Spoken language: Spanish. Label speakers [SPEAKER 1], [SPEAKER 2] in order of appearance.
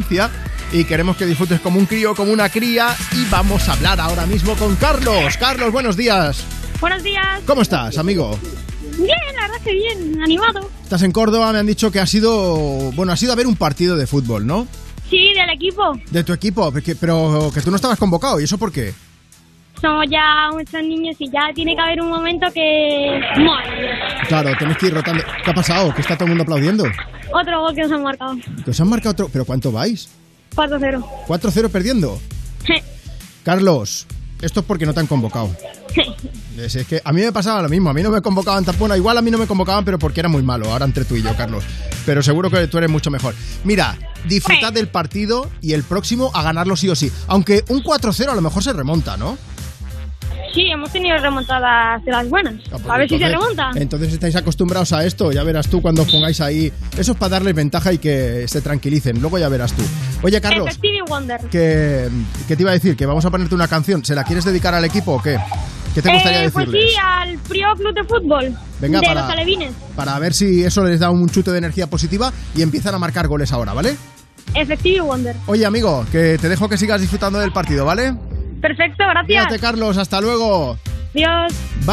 [SPEAKER 1] infancia y queremos que disfrutes como un crío, como una cría y vamos a hablar ahora mismo con Carlos. Carlos, buenos días.
[SPEAKER 2] Buenos días.
[SPEAKER 1] ¿Cómo estás, amigo?
[SPEAKER 2] Bien, la verdad que bien, animado.
[SPEAKER 1] Estás en Córdoba, me han dicho que has ido, bueno, has ido a ver un partido de fútbol, ¿no?
[SPEAKER 2] Sí, del equipo.
[SPEAKER 1] De tu equipo, que- pero que tú no estabas convocado, ¿y eso por qué?
[SPEAKER 2] Somos ya muchos niños y ya tiene que haber un momento que... Bueno,
[SPEAKER 1] Claro, tenéis que ir rotando. ¿Qué ha pasado? ¿Que está todo el mundo aplaudiendo?
[SPEAKER 2] otro gol que nos han marcado.
[SPEAKER 1] ¿Que os han marcado otro? ¿Pero cuánto vais?
[SPEAKER 2] 4-0.
[SPEAKER 1] 4-0 perdiendo. Carlos, esto es porque no te han convocado. Es, es que a mí me pasaba lo mismo, a mí no me convocaban tan bueno, igual a mí no me convocaban, pero porque era muy malo, ahora entre tú y yo, Carlos. Pero seguro que tú eres mucho mejor. Mira, disfrutad del partido y el próximo a ganarlo sí o sí. Aunque un 4-0 a lo mejor se remonta, ¿no?
[SPEAKER 2] Sí, hemos tenido remontadas de las buenas.
[SPEAKER 1] Pues
[SPEAKER 2] A ver si se
[SPEAKER 1] entonces-
[SPEAKER 2] remonta.
[SPEAKER 1] Entonces estáis acostumbrados a esto, ya verás tú cuando os pongáis ahí. Eso es para darles ventaja y que se tranquilicen, luego ya verás tú. Oye, Carlos,
[SPEAKER 2] Efectivo Este Wonder.
[SPEAKER 1] que, que te iba a decir que vamos a ponerte una canción. ¿Se la quieres dedicar al equipo o qué? ¿Qué te gustaría
[SPEAKER 2] eh, pues
[SPEAKER 1] decirles?
[SPEAKER 2] sí, al Prio Club de Fútbol.
[SPEAKER 1] Venga,
[SPEAKER 2] de
[SPEAKER 1] para-
[SPEAKER 2] los alevines.
[SPEAKER 1] Para ver si eso les da un chute de energía positiva y empiezan a marcar goles ahora, ¿vale?
[SPEAKER 2] Efectivo Este Wonder.
[SPEAKER 1] Oye, amigo, que te dejo que sigas disfrutando del partido, ¿vale?
[SPEAKER 2] Perfecto, gracias.
[SPEAKER 1] Cuídate, Carlos, hasta luego.
[SPEAKER 2] Adiós.
[SPEAKER 1] Bye.